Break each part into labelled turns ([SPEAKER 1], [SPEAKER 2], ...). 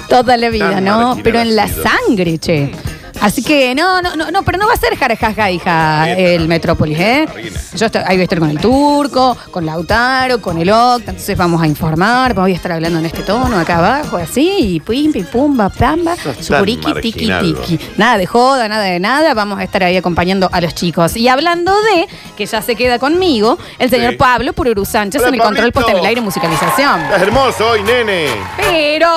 [SPEAKER 1] Toda la vida,
[SPEAKER 2] Tan
[SPEAKER 1] ¿no?
[SPEAKER 2] marginal
[SPEAKER 1] Pero en la
[SPEAKER 2] has sido.
[SPEAKER 1] sangre, che. Así que no, no, no, no, pero no va a ser jarajaja, hija, el Metrópolis, ¿eh?
[SPEAKER 2] Marina.
[SPEAKER 1] Yo estoy- ahí voy a estar con el turco, con Lautaro, con el Octa, entonces vamos a informar, voy a estar hablando en este tono, acá abajo, así, y pim, pim, pumba, pamba,
[SPEAKER 2] Sos tan
[SPEAKER 1] supuriqui, tiqui,
[SPEAKER 2] marginal,
[SPEAKER 1] tiqui. Nada de joda, nada de nada, vamos a estar ahí acompañando a los chicos. Y hablando de, que ya se queda conmigo, el señor
[SPEAKER 2] Sí.
[SPEAKER 1] Pablo Pururu Sánchez
[SPEAKER 2] Hola,
[SPEAKER 1] en el control
[SPEAKER 2] Pablito.
[SPEAKER 1] puesto en el aire y musicalización.
[SPEAKER 2] Estás hermoso hoy, nene.
[SPEAKER 1] Pero...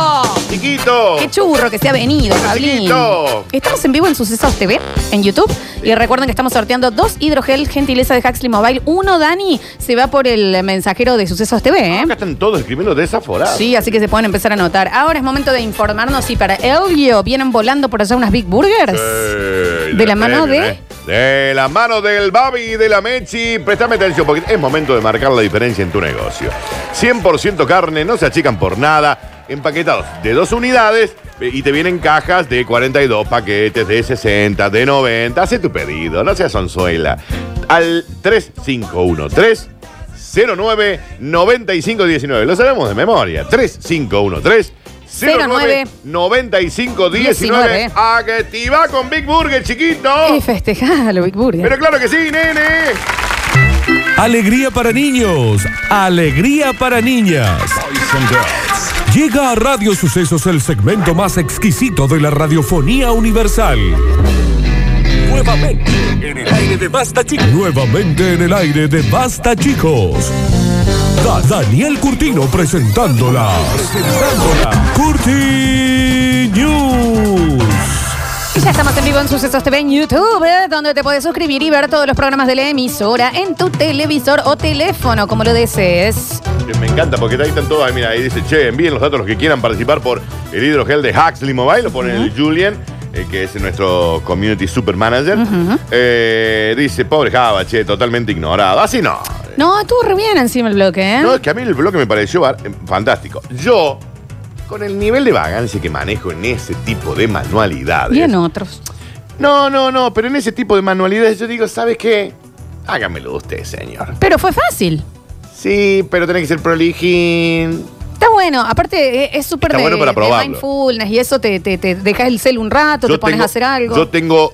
[SPEAKER 2] Chiquito.
[SPEAKER 1] Qué churro que se ha venido, Pablín.
[SPEAKER 2] Chiquito.
[SPEAKER 1] Estamos en vivo en Sucesos TV, en YouTube. Y recuerden que estamos sorteando dos hidrogel gentileza de Huxley Mobile. Uno, Dani, se va por el mensajero de Sucesos TV, ¿eh?
[SPEAKER 2] Acá están todos escribiendo desaforados.
[SPEAKER 1] Sí, así que se pueden empezar a notar. Ahora es momento de informarnos si para Elvio vienen volando por allá unas Big Burgers.
[SPEAKER 2] Eh,
[SPEAKER 1] De la mano
[SPEAKER 2] premium,
[SPEAKER 1] de-
[SPEAKER 2] eh. De la mano del Babi y de la Mechi. Prestame atención porque es momento de marcar la diferencia en tu negocio. 100% carne, no se achican por nada. Empaquetados de dos unidades eh, y te vienen cajas de 42 paquetes, de 60, de 90. Hace tu pedido, no seas onzuela. Al 3513 09 9519. Lo sabemos de memoria. 3513 09 9519.
[SPEAKER 1] 19.
[SPEAKER 2] A que te va con Big Burger, chiquito.
[SPEAKER 1] Y festejá lo Big Burger.
[SPEAKER 2] Pero claro que sí, nene.
[SPEAKER 3] Alegría para niños, alegría para niñas. Llega a Radio Sucesos el segmento más exquisito de la radiofonía universal. Nuevamente en el aire de Basta Chicos. Nuevamente en el aire de Basta Chicos. Da- Daniel Curtino presentándola. Presentándola. Curti News.
[SPEAKER 1] Y ya estamos en vivo en Sucesos TV en YouTube, ¿eh? donde te puedes suscribir y ver todos los programas de la emisora en tu televisor o teléfono, como lo desees.
[SPEAKER 2] Me encanta porque ahí están todos. Ahí, mira, ahí dice, che, envíen los datos los que quieran participar por el hidrogel de Huxley Mobile. Lo ponen el Julian, eh, que es nuestro community super manager. Eh, dice, pobre Java, che, totalmente ignorado. Así no.
[SPEAKER 1] No, estuvo re bien encima el bloque, ¿eh?
[SPEAKER 2] No, es que a mí el bloque me pareció bar- eh, fantástico. Yo, con el nivel de vagancia que manejo en ese tipo de manualidades.
[SPEAKER 1] y en otros.
[SPEAKER 2] No, no, no, pero en ese tipo de manualidades yo digo, ¿sabes qué? Hágamelo usted, señor.
[SPEAKER 1] Pero fue fácil.
[SPEAKER 2] Sí, pero tenés que ser prolijín.
[SPEAKER 1] Está bueno, aparte eh, es súper
[SPEAKER 2] Está
[SPEAKER 1] de,
[SPEAKER 2] bueno para
[SPEAKER 1] de
[SPEAKER 2] probarlo.
[SPEAKER 1] mindfulness y eso te, te, te dejas el cel un rato, te pones
[SPEAKER 2] tengo-
[SPEAKER 1] a hacer algo.
[SPEAKER 2] Yo tengo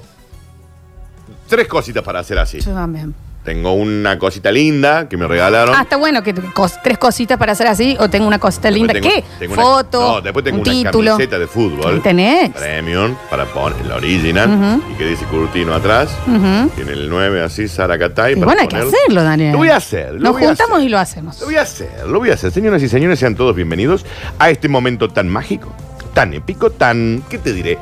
[SPEAKER 2] tres cositas para hacer así.
[SPEAKER 1] Yo también.
[SPEAKER 2] Tengo una cosita linda que me regalaron.
[SPEAKER 1] Ah, está bueno que te- cos- tres cositas para hacer así o tengo una cosita linda.
[SPEAKER 2] Después
[SPEAKER 1] ¿Qué?
[SPEAKER 2] tengo una-
[SPEAKER 1] Foto,
[SPEAKER 2] no, después tengo
[SPEAKER 1] un
[SPEAKER 2] una
[SPEAKER 1] título.
[SPEAKER 2] camiseta de fútbol.
[SPEAKER 1] Ahí tenés.
[SPEAKER 2] Premium, para poner la original. Y que dice Curtino atrás.
[SPEAKER 1] Ujú.
[SPEAKER 2] Tiene el 9 así, Sara Catay.
[SPEAKER 1] Y bueno, hay que hacerlo, Daniel.
[SPEAKER 2] Lo voy a hacer. Lo
[SPEAKER 1] Nos
[SPEAKER 2] voy a
[SPEAKER 1] juntamos
[SPEAKER 2] hacer.
[SPEAKER 1] y lo hacemos.
[SPEAKER 2] Lo voy a hacer, lo voy a hacer. Señoras y señores, sean todos bienvenidos a este momento tan mágico, tan épico, tan, ¿qué te diré?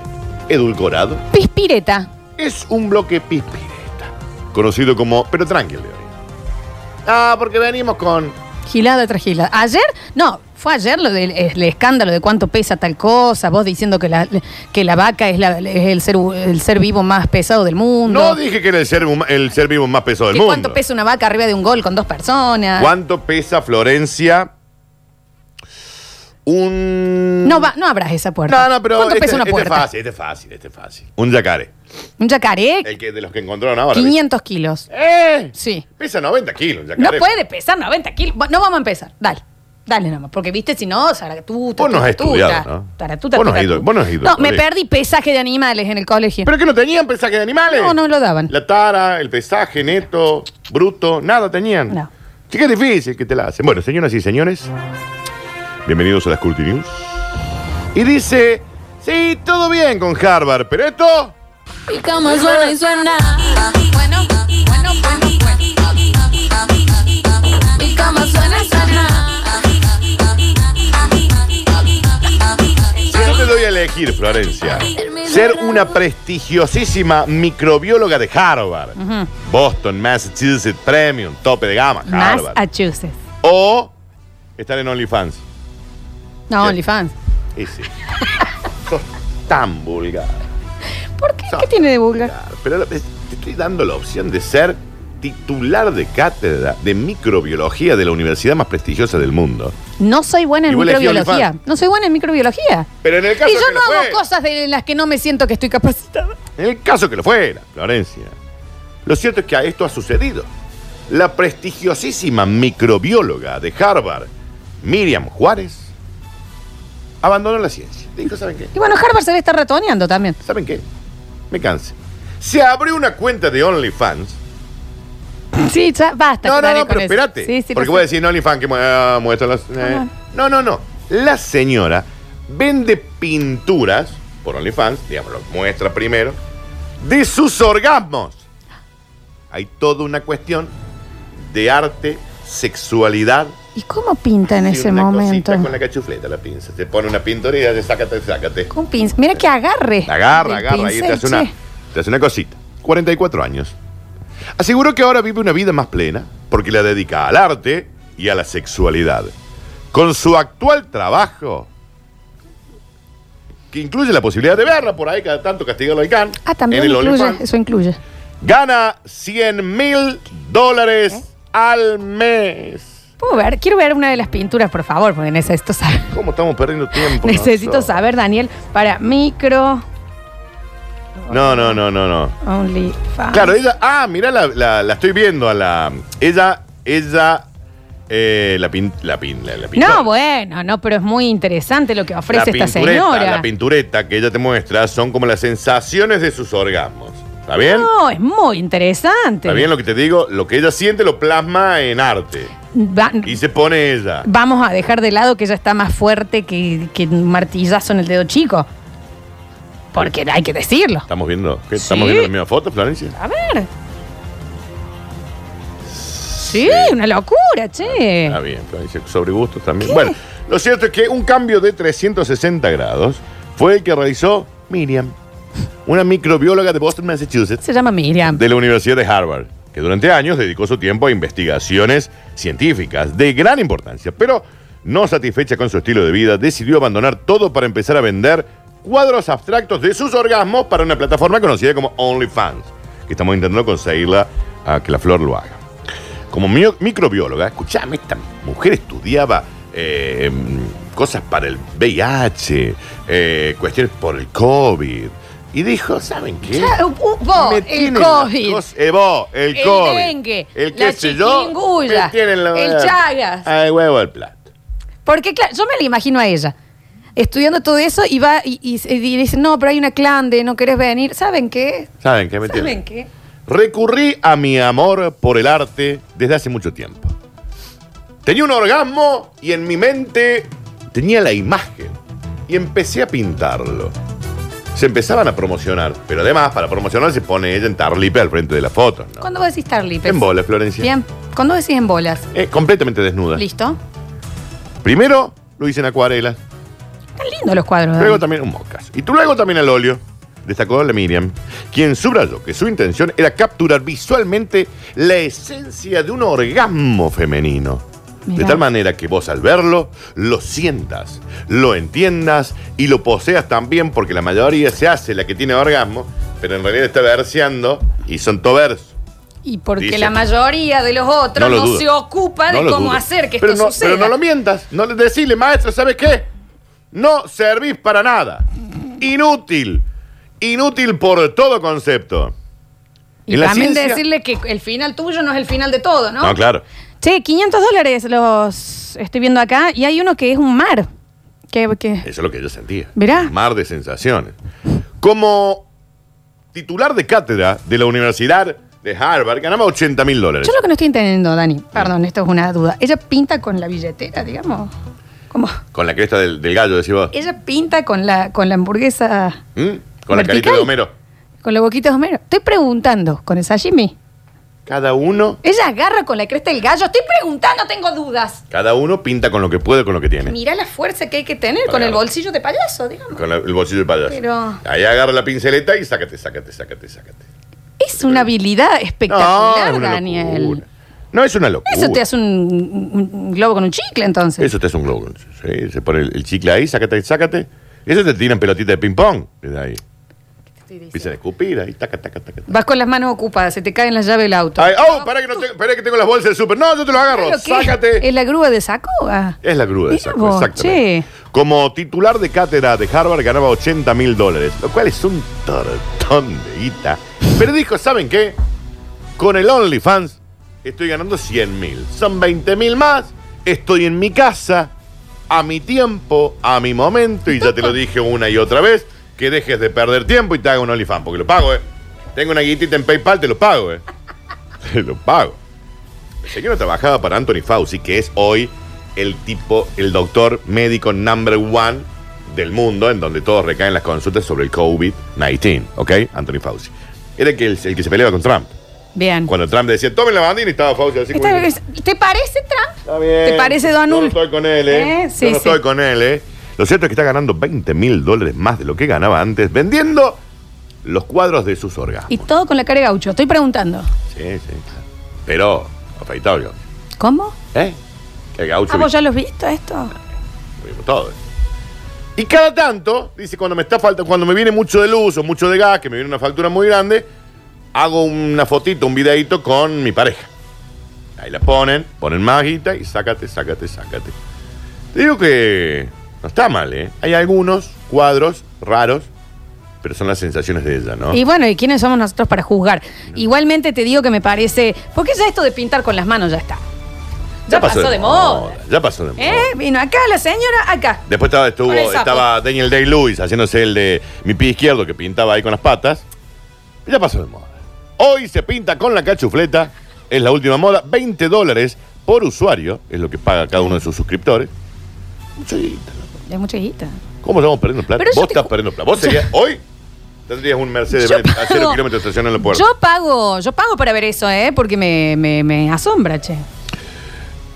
[SPEAKER 2] Edulcorado.
[SPEAKER 1] Pispireta.
[SPEAKER 2] Es un bloque pispireta, conocido como, pero tranquilo. de hoy. Ah, porque venimos con...
[SPEAKER 1] Gilada tras gilada. Ayer, no, fue ayer lo del el escándalo de cuánto pesa tal cosa, vos diciendo que la, que la vaca es, la- es el, ser, el ser vivo más pesado del mundo.
[SPEAKER 2] No dije que era el ser, huma- el ser vivo más pesado del
[SPEAKER 1] Que
[SPEAKER 2] mundo.
[SPEAKER 1] ¿Cuánto pesa una vaca arriba de un gol con dos personas?
[SPEAKER 2] ¿Cuánto pesa Florencia? Un...
[SPEAKER 1] No, va, no abras esa puerta.
[SPEAKER 2] No, no, pero
[SPEAKER 1] ¿Cuánto
[SPEAKER 2] este,
[SPEAKER 1] pesa una
[SPEAKER 2] este
[SPEAKER 1] puerta?
[SPEAKER 2] es fácil, este es fácil, este es fácil. Un yacaré,
[SPEAKER 1] Un yacaré,
[SPEAKER 2] el que, de los que encontraron ahora. ¿viste?
[SPEAKER 1] 500 kilos.
[SPEAKER 2] ¡Eh!
[SPEAKER 1] Sí.
[SPEAKER 2] Pesa 90 kilos, ya
[SPEAKER 1] No
[SPEAKER 2] carezco.
[SPEAKER 1] puede pesar 90 kilos. Bueno, No vamos a empezar. Dale. Dale nomás, porque viste, si no, zaratuta,
[SPEAKER 2] Vos no has
[SPEAKER 1] taratuta,
[SPEAKER 2] estudiado, ¿no?
[SPEAKER 1] taratuta,
[SPEAKER 2] Vos no has ido-
[SPEAKER 1] taratuta.
[SPEAKER 2] vos no has ido al
[SPEAKER 1] No, me
[SPEAKER 2] colegio.
[SPEAKER 1] perdí pesaje de animales en el colegio.
[SPEAKER 2] ¿Pero que no tenían pesaje de animales?
[SPEAKER 1] No, no lo daban.
[SPEAKER 2] La tara, el pesaje neto, bruto, nada tenían.
[SPEAKER 1] No.
[SPEAKER 2] Sí, que es difícil que te la hacen. Bueno, señoras y señores, bienvenidos a las Curti News. Y dice, sí, todo bien con Harvard, pero esto...
[SPEAKER 4] Y como suena y suena.
[SPEAKER 1] Bueno, bueno, bueno, bueno.
[SPEAKER 4] Y como suena y suena.
[SPEAKER 2] Yo te doy a elegir, Florencia, ser una prestigiosísima microbióloga de Harvard, Boston, Massachusetts, Premium, tope de gama, Harvard,
[SPEAKER 1] Massachusetts.
[SPEAKER 2] o estar en OnlyFans.
[SPEAKER 1] No,
[SPEAKER 2] Sí.
[SPEAKER 1] OnlyFans.
[SPEAKER 2] Y sí. Sos tan vulgar.
[SPEAKER 1] ¿Por qué?
[SPEAKER 2] Sos
[SPEAKER 1] ¿Qué tiene de vulgar?
[SPEAKER 2] vulgar. Pero la- es- te estoy dando la opción de ser titular de cátedra de microbiología de la universidad más prestigiosa del mundo.
[SPEAKER 1] No soy buena en
[SPEAKER 2] Y vos elegí
[SPEAKER 1] microbiología.
[SPEAKER 2] OnlyFans.
[SPEAKER 1] No soy buena en microbiología.
[SPEAKER 2] Pero en el caso
[SPEAKER 1] Y yo
[SPEAKER 2] que
[SPEAKER 1] no
[SPEAKER 2] lo
[SPEAKER 1] hago
[SPEAKER 2] fue-
[SPEAKER 1] cosas de las que no me siento que estoy capacitada.
[SPEAKER 2] En el caso que lo fuera, Florencia. Lo cierto es que a esto ha sucedido. La prestigiosísima microbióloga de Harvard, Miriam Juárez, abandonó la ciencia. Dijo, ¿saben qué?
[SPEAKER 1] Y bueno, Harvard se debe estar ratoneando también.
[SPEAKER 2] ¿Saben qué? Me canse. Se abrió una cuenta de OnlyFans.
[SPEAKER 1] Sí, ya basta.
[SPEAKER 2] No, no,
[SPEAKER 1] Dani,
[SPEAKER 2] no,
[SPEAKER 1] con
[SPEAKER 2] pero
[SPEAKER 1] eso.
[SPEAKER 2] espérate.
[SPEAKER 1] Sí, sí,
[SPEAKER 2] porque
[SPEAKER 1] lo
[SPEAKER 2] voy a
[SPEAKER 1] sé.
[SPEAKER 2] decir, no, OnlyFans que mu- ah, muestra las... eh.
[SPEAKER 1] Ajá.
[SPEAKER 2] No, no, no. La señora vende pinturas por OnlyFans, digamos, lo muestra primero, de sus orgasmos. Hay toda una cuestión de arte, sexualidad.
[SPEAKER 1] ¿Y cómo pinta en
[SPEAKER 2] y
[SPEAKER 1] ese
[SPEAKER 2] una
[SPEAKER 1] momento?
[SPEAKER 2] cosita Con la cachufleta, la pinza. Te pone una pintura y dice, sácate, sácate.
[SPEAKER 1] Con pinza. Mira que agarre.
[SPEAKER 2] Agarra,
[SPEAKER 1] del
[SPEAKER 2] agarra, ahí
[SPEAKER 1] pincel,
[SPEAKER 2] te hace,
[SPEAKER 1] che.
[SPEAKER 2] una, te hace una cosita. 44 años. Aseguró que ahora vive una vida más plena porque la dedica al arte y a la sexualidad. Con su actual trabajo, que incluye la posibilidad de verla por ahí cada tanto castigarlo al can.
[SPEAKER 1] Ah, también
[SPEAKER 2] en el
[SPEAKER 1] incluye.
[SPEAKER 2] OnlyFans,
[SPEAKER 1] Eso incluye.
[SPEAKER 2] Gana 100 mil dólares al mes.
[SPEAKER 1] Puedo ver, quiero ver una de las pinturas, por favor, porque necesito saber.
[SPEAKER 2] ¿Cómo estamos perdiendo tiempo?
[SPEAKER 1] necesito
[SPEAKER 2] nosotros?
[SPEAKER 1] saber, Daniel, para micro
[SPEAKER 2] No, no, no, no, no.
[SPEAKER 1] only fans.
[SPEAKER 2] Claro, ella. Ah, mirá, la, la- la estoy viendo a la. Ella. Ella. eh, la pin. La pin. La, la pintora.
[SPEAKER 1] No, bueno, no, pero es muy interesante lo que
[SPEAKER 2] La
[SPEAKER 1] ofrece esta
[SPEAKER 2] pintureta,
[SPEAKER 1] señora.
[SPEAKER 2] La pintureta que ella te muestra son como las sensaciones de sus orgasmos. ¿Está bien?
[SPEAKER 1] No, es muy interesante.
[SPEAKER 2] ¿Está bien lo que te digo? Lo que ella siente lo plasma en arte.
[SPEAKER 1] Va-
[SPEAKER 2] Y se pone ella.
[SPEAKER 1] vamos a dejar de lado que ella está más fuerte que, que un martillazo en el dedo chico. Porque hay que decirlo.
[SPEAKER 2] ¿Estamos viendo? ¿Qué?
[SPEAKER 1] Sí.
[SPEAKER 2] ¿Estamos viendo la misma foto, Florencia?
[SPEAKER 1] A ver. Sí, una locura, che.
[SPEAKER 2] Está bien, Florencia, sobre gustos también. Bueno, lo cierto es que un cambio de 360 grados fue el que realizó Miriam, una microbióloga de Boston, Massachusetts.
[SPEAKER 1] Se llama Miriam.
[SPEAKER 2] de la Universidad de Harvard, que durante años dedicó su tiempo a investigaciones científicas de gran importancia, pero no satisfecha con su estilo de vida, decidió abandonar todo para empezar a vender cuadros abstractos de sus orgasmos para una plataforma conocida como OnlyFans, que estamos intentando conseguirla a que la flor lo haga. Como mio- microbióloga, escuchame, esta mujer estudiaba eh, cosas para el VIH, eh, cuestiones por el COVID, y dijo, ¿saben qué?
[SPEAKER 1] Ah, uh, vos,
[SPEAKER 2] Me
[SPEAKER 1] el
[SPEAKER 2] tienen
[SPEAKER 1] COVID.
[SPEAKER 2] las cos- eh, vos, el
[SPEAKER 1] El
[SPEAKER 2] COVID.
[SPEAKER 1] dengue,
[SPEAKER 2] El
[SPEAKER 1] la
[SPEAKER 2] qué sé yo,
[SPEAKER 1] chikungunya,
[SPEAKER 2] me tienen la-
[SPEAKER 1] el Chagas.
[SPEAKER 2] Ay, huevo el plato.
[SPEAKER 1] Porque, claro, yo me la imagino a ella estudiando todo eso y va y, y- y dice, no, pero hay una clande, no querés venir. ¿Saben qué?
[SPEAKER 2] ¿Saben qué me
[SPEAKER 1] ¿Saben
[SPEAKER 2] tienen?
[SPEAKER 1] qué?
[SPEAKER 2] Recurrí a mi amor por el arte desde hace mucho tiempo. Tenía un orgasmo y en mi mente tenía la imagen. Y empecé a pintarlo. Se empezaban a promocionar, pero además para promocionar se pone ella en tarlipe al frente de la foto. ¿no?
[SPEAKER 1] ¿Cuándo vos decís Tarlipes?
[SPEAKER 2] En bola, Florencia.
[SPEAKER 1] Bien. ¿Cuándo decís en bolas?
[SPEAKER 2] Eh, completamente desnuda.
[SPEAKER 1] ¿Listo?
[SPEAKER 2] Primero lo hice en acuarelas.
[SPEAKER 1] Están lindos los cuadros.
[SPEAKER 2] Luego
[SPEAKER 1] Dani.
[SPEAKER 2] también un moscas. Y tú luego también al óleo, destacó la Miriam, quien subrayó que su intención era capturar visualmente la esencia de un orgasmo femenino. De
[SPEAKER 1] Mirá.
[SPEAKER 2] tal manera que vos al verlo, lo sientas, lo entiendas y lo poseas también, porque la mayoría se hace la que tiene orgasmo, pero en realidad está verseando y son toversos.
[SPEAKER 1] Y porque
[SPEAKER 2] Dice.
[SPEAKER 1] la mayoría de los otros
[SPEAKER 2] No lo
[SPEAKER 1] no,
[SPEAKER 2] dudo.
[SPEAKER 1] se ocupa
[SPEAKER 2] No
[SPEAKER 1] de
[SPEAKER 2] lo
[SPEAKER 1] cómo
[SPEAKER 2] dudo.
[SPEAKER 1] hacer que
[SPEAKER 2] pero
[SPEAKER 1] esto
[SPEAKER 2] no,
[SPEAKER 1] suceda.
[SPEAKER 2] Pero no lo mientas. No le decirle, maestro, ¿sabes qué? No servís para nada. Inútil. Inútil por todo concepto.
[SPEAKER 1] y
[SPEAKER 2] En la
[SPEAKER 1] también
[SPEAKER 2] ciencia-
[SPEAKER 1] decirle que el final tuyo no es el final de todo, ¿no?
[SPEAKER 2] No, claro.
[SPEAKER 1] Che, 500 dólares los estoy viendo acá y hay uno que es un mar. Que, que-
[SPEAKER 2] Eso es lo que yo sentía.
[SPEAKER 1] Mirá.
[SPEAKER 2] Mar de sensaciones. Como titular de cátedra de la Universidad de Harvard, ganaba 80 mil dólares.
[SPEAKER 1] Yo lo que no estoy entendiendo, Dani, perdón, esto es una duda. Ella pinta con la billetera, digamos. ¿Cómo?
[SPEAKER 2] Con la cresta del, del gallo, decís vos.
[SPEAKER 1] Ella pinta con la, con la hamburguesa,
[SPEAKER 2] ¿Mm? Con la
[SPEAKER 1] ¿Vertical?
[SPEAKER 2] carita de Homero.
[SPEAKER 1] con la boquita de Homero. Estoy preguntando, ¿con el sashimi?
[SPEAKER 2] Cada uno,
[SPEAKER 1] Ella agarra con la cresta del gallo. Estoy preguntando, tengo dudas.
[SPEAKER 2] cada uno pinta con lo que puede, con lo que tiene.
[SPEAKER 1] Mirá la fuerza que hay que tener con
[SPEAKER 2] Para
[SPEAKER 1] el
[SPEAKER 2] ganar.
[SPEAKER 1] bolsillo de payaso, digamos.
[SPEAKER 2] Con la- el bolsillo del payaso.
[SPEAKER 1] Pero-
[SPEAKER 2] Ahí agarra la pinceleta y sácate, sácate, sácate, sácate.
[SPEAKER 1] Es una habilidad espectacular,
[SPEAKER 2] es una
[SPEAKER 1] Daniel.
[SPEAKER 2] locura. No, es una locura.
[SPEAKER 1] Eso te hace un, un- un globo con un chicle, entonces.
[SPEAKER 2] Eso te hace un globo. Sí, se pone el, el chicle ahí, sácate, sácate. Eso te tiran pelotita de ping-pong. Desde ahí.
[SPEAKER 1] Estoy diciendo.
[SPEAKER 2] Empiezan a escupir ahí, taca, taca, taca. taca.
[SPEAKER 1] Vas con las manos ocupadas, se te caen las llaves del auto.
[SPEAKER 2] Ay, oh, pará que, no tengo, pará que tengo las bolsas del súper. No, yo te lo agarro.
[SPEAKER 1] Claro que
[SPEAKER 2] Sácate. Eh,
[SPEAKER 1] ¿Es la grúa de Sacoa?
[SPEAKER 2] Es la grúa de
[SPEAKER 1] Mira
[SPEAKER 2] saco,
[SPEAKER 1] vos,
[SPEAKER 2] exactamente. Como titular de cátedra de Harvard ganaba 80 mil dólares, lo cual es un tortón de guita. Pero dijo, ¿saben qué? Con el OnlyFans estoy ganando 100 mil. Son 20 mil más. Estoy en mi casa, a mi tiempo, a mi momento. Y ya te lo dije una y otra vez, que dejes de perder tiempo y te haga un OnlyFans. Porque lo pago, ¿eh? Tengo una guitita en PayPal, te lo pago, ¿eh? Te lo pago. El señor trabajaba para Anthony Fauci, que es hoy el tipo, el doctor médico number one del mundo, en donde todos recaen las consultas sobre el COVID-19, ¿ok? Anthony Fauci. Era el que, el, que se peleaba con Trump.
[SPEAKER 1] Bien.
[SPEAKER 2] Cuando Trump decía, tomen la bandina, y estaba Fauci así como...
[SPEAKER 1] Esta- es- ¿Te parece, Trump?
[SPEAKER 2] Está bien.
[SPEAKER 1] ¿Te parece,
[SPEAKER 2] Yo no
[SPEAKER 1] Donul?
[SPEAKER 2] estoy con él, ¿eh?
[SPEAKER 1] Eh, sí,
[SPEAKER 2] Yo no
[SPEAKER 1] sí.
[SPEAKER 2] estoy con él, ¿eh? Lo cierto es que está ganando 20 mil dólares más de lo que ganaba antes vendiendo los cuadros de sus órganos.
[SPEAKER 1] Y todo con la cara de gaucho. Estoy preguntando.
[SPEAKER 2] Sí, sí. claro. Pero, afeitado yo.
[SPEAKER 1] ¿Cómo?
[SPEAKER 2] ¿Eh? Que el gaucho...
[SPEAKER 1] Ah,
[SPEAKER 2] ¿viste?
[SPEAKER 1] vos ya los visto esto.
[SPEAKER 2] Vimos todo. Y cada tanto, dice, cuando me está falta, cuando me viene mucho de luz o mucho de gas, que me viene una factura muy grande, hago una fotito, un videito con mi pareja. Ahí la ponen, ponen majita y sácate, sácate, sácate. Te digo que no está mal, ¿eh? Hay algunos cuadros raros, pero son las sensaciones de ella, ¿no?
[SPEAKER 1] Y bueno, ¿y quiénes somos nosotros para juzgar? Igualmente te digo que me parece. Porque ya esto de pintar con las manos ya está. Ya, pasó, de moda.
[SPEAKER 2] Ya pasó de moda.
[SPEAKER 1] ¿Eh? Vino acá la señora, acá.
[SPEAKER 2] Después estaba, estuvo-
[SPEAKER 1] Con el sapo.
[SPEAKER 2] estaba Daniel Day-Lewis haciéndose el de mi pie izquierdo que pintaba ahí con las patas. Ya pasó de moda. Hoy se pinta con la cachufleta. Es la última moda. 20 dólares por usuario es lo que paga cada uno de sus suscriptores. Mucha guita, ¿no?
[SPEAKER 1] Es mucha guita.
[SPEAKER 2] ¿Cómo estamos perdiendo plata?
[SPEAKER 1] Pero yo
[SPEAKER 2] Vos
[SPEAKER 1] te
[SPEAKER 2] estás
[SPEAKER 1] ju-
[SPEAKER 2] perdiendo plata. Vos serías, hoy tendrías un Mercedes
[SPEAKER 1] Yo
[SPEAKER 2] Benz a 0
[SPEAKER 1] pago-
[SPEAKER 2] kilómetros de estación en la puerta.
[SPEAKER 1] Yo pago, yo pago para ver eso, ¿eh? Porque me, me, me asombra, che.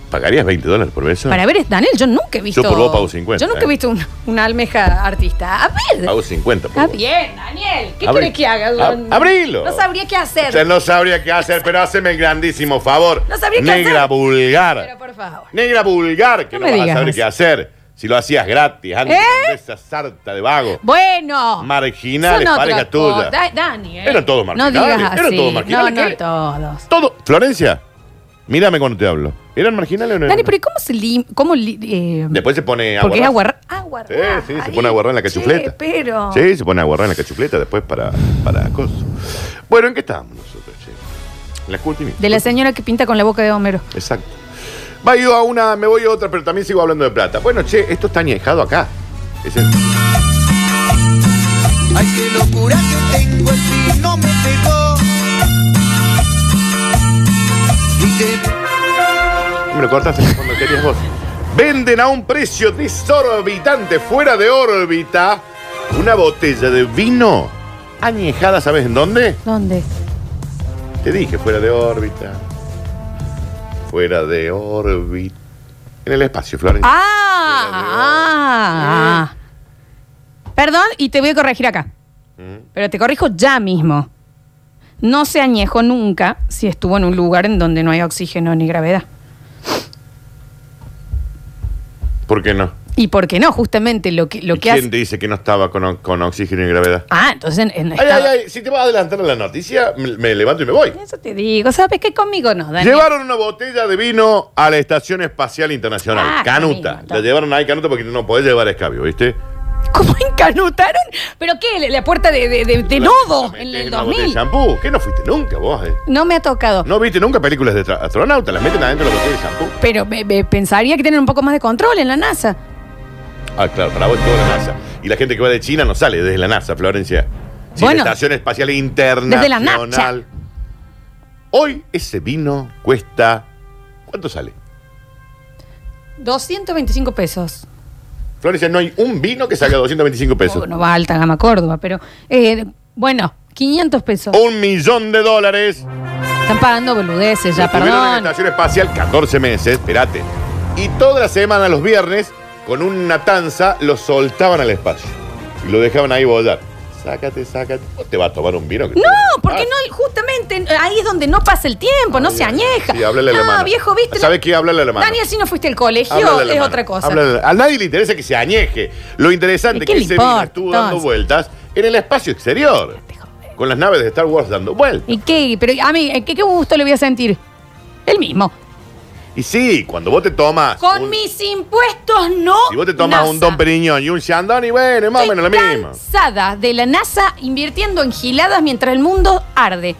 [SPEAKER 2] ¿Pagarías 20 dólares por eso?
[SPEAKER 1] Para ver, Daniel, yo nunca he visto.
[SPEAKER 2] por vos pago 50,
[SPEAKER 1] Yo nunca
[SPEAKER 2] ¿eh?
[SPEAKER 1] he visto un- una almeja artista. A ver.
[SPEAKER 2] Pago 50 por
[SPEAKER 1] Está
[SPEAKER 2] vos.
[SPEAKER 1] bien, Daniel. ¿Qué
[SPEAKER 2] Abrí-
[SPEAKER 1] querés que haga?
[SPEAKER 2] Ab- abrilo.
[SPEAKER 1] No sabría qué hacer.
[SPEAKER 2] Usted no sabría qué hacer, pero háceme el grandísimo favor.
[SPEAKER 1] No sabría qué
[SPEAKER 2] Negra
[SPEAKER 1] hacer.
[SPEAKER 2] vulgar.
[SPEAKER 1] Pero por favor.
[SPEAKER 2] Negra vulgar, que
[SPEAKER 1] No
[SPEAKER 2] no,
[SPEAKER 1] me
[SPEAKER 2] vas
[SPEAKER 1] digas.
[SPEAKER 2] a saber qué hacer si lo hacías gratis antes
[SPEAKER 1] ¿Eh?
[SPEAKER 2] de esa sarta de vago.
[SPEAKER 1] Bueno.
[SPEAKER 2] Marginales,
[SPEAKER 1] Son otras
[SPEAKER 2] pareja tuya.
[SPEAKER 1] cosas. Da- Daniel.
[SPEAKER 2] Eran todos marginales,
[SPEAKER 1] No digas así.
[SPEAKER 2] eran todos marginales,
[SPEAKER 1] No,
[SPEAKER 2] ¿qué?
[SPEAKER 1] no todos.
[SPEAKER 2] Todo. Florencia, mírame cuando te hablo. ¿Eran marginales o no? eran?
[SPEAKER 1] Dani, pero ¿y cómo se lim... cómo li- eh,
[SPEAKER 2] Después se pone
[SPEAKER 1] Porque es
[SPEAKER 2] aguarrá.
[SPEAKER 1] aguarra... aguarrá.
[SPEAKER 2] Sí, sí, se pone a guardar en la
[SPEAKER 1] Che,
[SPEAKER 2] cachufleta.
[SPEAKER 1] pero...
[SPEAKER 2] Sí, se pone a guardar en la cachufleta después para, para cosas. Bueno, ¿en qué estábamos nosotros, che? En las últimas.
[SPEAKER 1] De la señora que pinta con la boca de Homero.
[SPEAKER 2] Exacto. Va yo a una, me voy a otra, pero también sigo hablando de plata. Bueno, che, esto está añejado acá. Es el-
[SPEAKER 5] Ay, qué locura que tengo, el vino me pegó. Y te
[SPEAKER 2] Me lo cortaste cuando querías vos. Venden a un precio desorbitante, fuera de órbita, una botella de vino añejada, ¿sabes en dónde?
[SPEAKER 1] ¿Dónde?
[SPEAKER 2] Te dije, fuera de órbita. Fuera de órbita. En el espacio, Florencia.
[SPEAKER 1] Ah, ah. Perdón, y te voy a corregir acá.
[SPEAKER 2] Mm.
[SPEAKER 1] Pero te corrijo ya mismo. No se añejó nunca si estuvo en un lugar en donde no hay oxígeno ni gravedad.
[SPEAKER 2] ¿Por qué no?
[SPEAKER 1] ¿Y por qué no? Justamente lo que, Ah. lo
[SPEAKER 2] ¿Y
[SPEAKER 1] que
[SPEAKER 2] ¿Quién
[SPEAKER 1] hace.
[SPEAKER 2] te dice que no estaba con, o- con oxígeno y gravedad?
[SPEAKER 1] Ah, entonces en- en-
[SPEAKER 2] Ay, ay,
[SPEAKER 1] estaba-
[SPEAKER 2] ay, si te vas a adelantar a la noticia, me, me levanto y me voy.
[SPEAKER 1] Eso te digo. ¿Sabes qué? Conmigo no, Daniel.
[SPEAKER 2] Llevaron una botella de vino a la Estación Espacial Internacional,
[SPEAKER 1] Ah,
[SPEAKER 2] Canuta.
[SPEAKER 1] qué lindo.
[SPEAKER 2] la llevaron ahí, Canuta, porque no podés llevar escabio, ¿viste?
[SPEAKER 1] ¿Cómo encanutaron? ¿Pero qué? La- La puerta de, de, de- de nodo en el
[SPEAKER 2] Una botella de
[SPEAKER 1] 2000.
[SPEAKER 2] shampoo. ¿Qué no fuiste nunca vos? eh?
[SPEAKER 1] No me ha tocado.
[SPEAKER 2] ¿No viste nunca películas de tra- astronautas? Las meten adentro de la botella de shampoo.
[SPEAKER 1] Pero me- me pensaría que tienen un poco más de control en la NASA.
[SPEAKER 2] Ah, claro, para vos es toda la NASA. Y la gente que va de China no sale desde la NASA, Florencia. Sí,
[SPEAKER 1] Bueno.
[SPEAKER 2] la Estación Espacial Internacional.
[SPEAKER 1] Desde la NASA.
[SPEAKER 2] Hoy ese vino cuesta... ¿Cuánto sale?
[SPEAKER 1] 225 pesos.
[SPEAKER 2] Florencia, no hay un vino que salga 225 pesos.
[SPEAKER 1] Oh, no va a alta
[SPEAKER 2] Oh.
[SPEAKER 1] gama Córdoba, pero eh, bueno, 500 pesos.
[SPEAKER 2] Un millón de dólares
[SPEAKER 1] Están pagando boludeces ya,
[SPEAKER 2] Estuvieron en la
[SPEAKER 1] perdón.
[SPEAKER 2] estación espacial 14 meses, espérate. Y toda la semana, los viernes, con una tanza, lo soltaban al espacio. Y lo dejaban ahí bollar. Sácate, sácate. ¿O te va a tomar un vino?
[SPEAKER 1] No, porque
[SPEAKER 2] Ah.
[SPEAKER 1] no, justamente ahí es donde no pasa el tiempo, no se añeja.
[SPEAKER 2] Sí, háblale a la
[SPEAKER 1] no,
[SPEAKER 2] mano.
[SPEAKER 1] viejo, viste.
[SPEAKER 2] ¿Sabes qué? Háblale a la mano.
[SPEAKER 1] Daniel, si no fuiste al
[SPEAKER 2] Háblale a
[SPEAKER 1] colegio,
[SPEAKER 2] la
[SPEAKER 1] es
[SPEAKER 2] mano.
[SPEAKER 1] otra cosa.
[SPEAKER 2] Háblale a la- A nadie le interesa que se añeje. Lo interesante
[SPEAKER 1] ¿Y
[SPEAKER 2] es
[SPEAKER 1] qué
[SPEAKER 2] que
[SPEAKER 1] le
[SPEAKER 2] ese vino
[SPEAKER 1] importa,
[SPEAKER 2] estuvo dando
[SPEAKER 1] entonces?
[SPEAKER 2] vueltas en el espacio exterior. Con las naves de Star Wars dando vueltas.
[SPEAKER 1] ¿Y qué? Pero a mí, ¿qué, qué gusto le voy a sentir? El mismo.
[SPEAKER 2] Y sí, cuando vos te tomas.
[SPEAKER 1] Con
[SPEAKER 2] un-
[SPEAKER 1] mis impuestos no.
[SPEAKER 2] Si vos te tomas un
[SPEAKER 1] NASA.
[SPEAKER 2] Don Periñón y un Shandon, y bueno, es más o menos lo
[SPEAKER 1] Estoy
[SPEAKER 2] mismo.
[SPEAKER 1] cansada de la NASA invirtiendo en giladas mientras el mundo arde.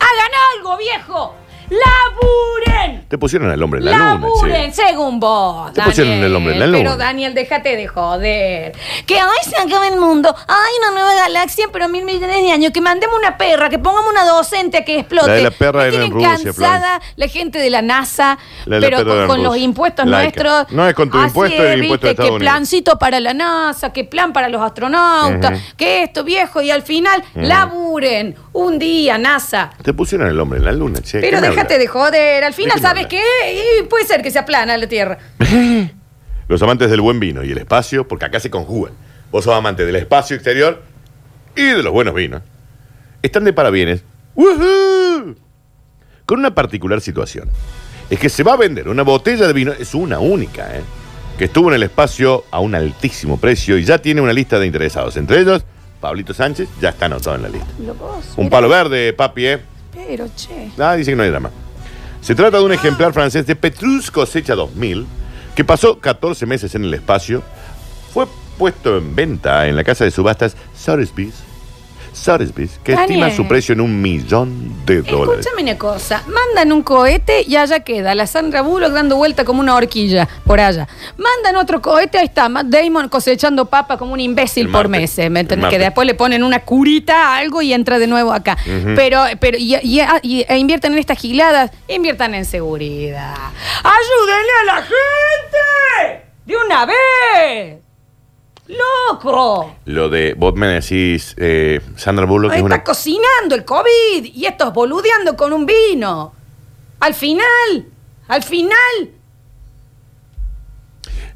[SPEAKER 1] ¡Hagan algo, viejo! ¡Laburen!
[SPEAKER 2] Te pusieron el hombre en la luna.
[SPEAKER 1] ¡Laburen!
[SPEAKER 2] sí.
[SPEAKER 1] Según vos,
[SPEAKER 2] Te pusieron el hombre en la
[SPEAKER 1] Pero
[SPEAKER 2] luna.
[SPEAKER 1] Daniel, déjate de joder. Que ay, se acaba el mundo. Ay, una nueva galaxia, pero mil millones de años. Que mandemos una perra, que pongamos una docente que explote.
[SPEAKER 2] La de la perra era
[SPEAKER 1] Me
[SPEAKER 2] en
[SPEAKER 1] tienen
[SPEAKER 2] Rusia,
[SPEAKER 1] cansada la gente de la NASA,
[SPEAKER 2] La de la
[SPEAKER 1] pero
[SPEAKER 2] perra era
[SPEAKER 1] con,
[SPEAKER 2] en
[SPEAKER 1] con los
[SPEAKER 2] Rusia.
[SPEAKER 1] impuestos
[SPEAKER 2] Laica.
[SPEAKER 1] nuestros.
[SPEAKER 2] No es con tu
[SPEAKER 1] Así
[SPEAKER 2] impuesto, es el impuesto de
[SPEAKER 1] viste,
[SPEAKER 2] Estados
[SPEAKER 1] que
[SPEAKER 2] Unidos.
[SPEAKER 1] plancito para la NASA, que plan para los astronautas, que esto, viejo. Y al final, laburen un día, NASA.
[SPEAKER 2] Te pusieron el hombre en la luna, che.
[SPEAKER 1] Pero déjate de joder, al final,
[SPEAKER 2] qué me
[SPEAKER 1] ¿sabes
[SPEAKER 2] habla?
[SPEAKER 1] qué? Y puede ser que se aplana la Tierra.
[SPEAKER 2] Los amantes del buen vino y el espacio, porque acá se conjugan. Vos sos amante del espacio exterior y de los buenos vinos. Están de parabienes. ¡Woohoo! Con una particular situación. Es que se va a vender una botella de vino, es una única, ¿eh? que estuvo en el espacio a un altísimo precio y ya tiene una lista de interesados. Entre ellos, Pablito Sánchez ya está anotado en la lista.
[SPEAKER 1] Lo vos,
[SPEAKER 2] Un
[SPEAKER 1] mira,
[SPEAKER 2] palo verde, papi, ¿eh?
[SPEAKER 1] Pero, che.
[SPEAKER 2] Ah, dice que no hay drama. Se trata de un ejemplar francés de Petrus Cosecha 2000, que pasó 14 meses en el espacio, fue puesto en venta en la casa de subastas Sotheby's, Sotheby's que
[SPEAKER 1] Daniel.
[SPEAKER 2] estima su precio en un millón de dólares.
[SPEAKER 1] Escúchame una cosa, mandan un cohete y allá queda la Sandra Bullock dando vuelta como una horquilla por allá. Mandan otro cohete, ahí está Matt Damon cosechando papa como un imbécil
[SPEAKER 2] El
[SPEAKER 1] por
[SPEAKER 2] martes.
[SPEAKER 1] meses, ¿me
[SPEAKER 2] El
[SPEAKER 1] entendés?
[SPEAKER 2] martes.
[SPEAKER 1] Que después le ponen una curita a algo y entra de nuevo acá. Pero, pero y, y- ah, y- e inviertan en estas giladas, inviertan en seguridad. ¡Ayúdenle a la gente! ¡De una vez! ¡Loco!
[SPEAKER 2] Lo de, vos me decís, eh, Sandra Bullock
[SPEAKER 1] Ahí
[SPEAKER 2] es
[SPEAKER 1] está
[SPEAKER 2] una...
[SPEAKER 1] cocinando el COVID y estos boludeando con un vino. Al final, al final.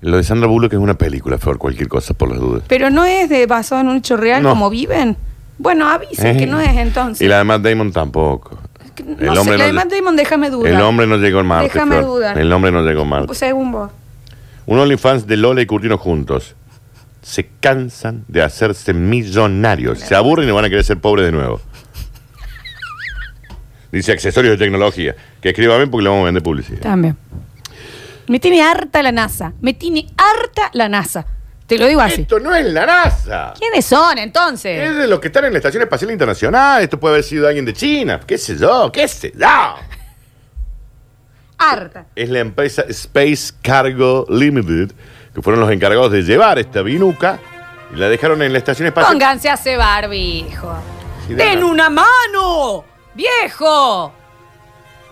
[SPEAKER 2] Lo de Sandra Bullock es una película, por cualquier cosa, por las dudas.
[SPEAKER 1] Pero no es de basado en un hecho real
[SPEAKER 2] No. Eh,
[SPEAKER 1] como viven. Bueno, avisen que no es entonces.
[SPEAKER 2] Y la de Matt Damon tampoco.
[SPEAKER 1] Es que no sé, la de Matt Damon, déjame dudar.
[SPEAKER 2] El hombre no llegó en Marte.
[SPEAKER 1] Déjame
[SPEAKER 2] Flor.
[SPEAKER 1] dudar.
[SPEAKER 2] El hombre no llegó en Marte.
[SPEAKER 1] Pues según vos.
[SPEAKER 2] Un OnlyFans de Lola y Curtino juntos. Se cansan de hacerse millonarios. Se aburren y van a querer ser pobres de nuevo. Dice accesorios de tecnología. Que escríbame porque le vamos a vender publicidad.
[SPEAKER 1] También. Me tiene harta la NASA. Me tiene harta la NASA. Te lo digo así.
[SPEAKER 2] Esto no es la NASA.
[SPEAKER 1] ¿Quiénes son entonces?
[SPEAKER 2] Es de los que están en la Estación Espacial Internacional. Esto puede haber sido alguien de China. ¿Qué sé yo? ¿Qué sé yo?
[SPEAKER 1] Harta.
[SPEAKER 2] Es la empresa Space Cargo Limited que fueron los encargados de llevar esta vinuca y la dejaron en la Estación Espacial.
[SPEAKER 1] Pónganse a cebar, viejo.
[SPEAKER 2] Sí, de
[SPEAKER 1] ¡Den
[SPEAKER 2] verdad.
[SPEAKER 1] una mano! ¡Viejo!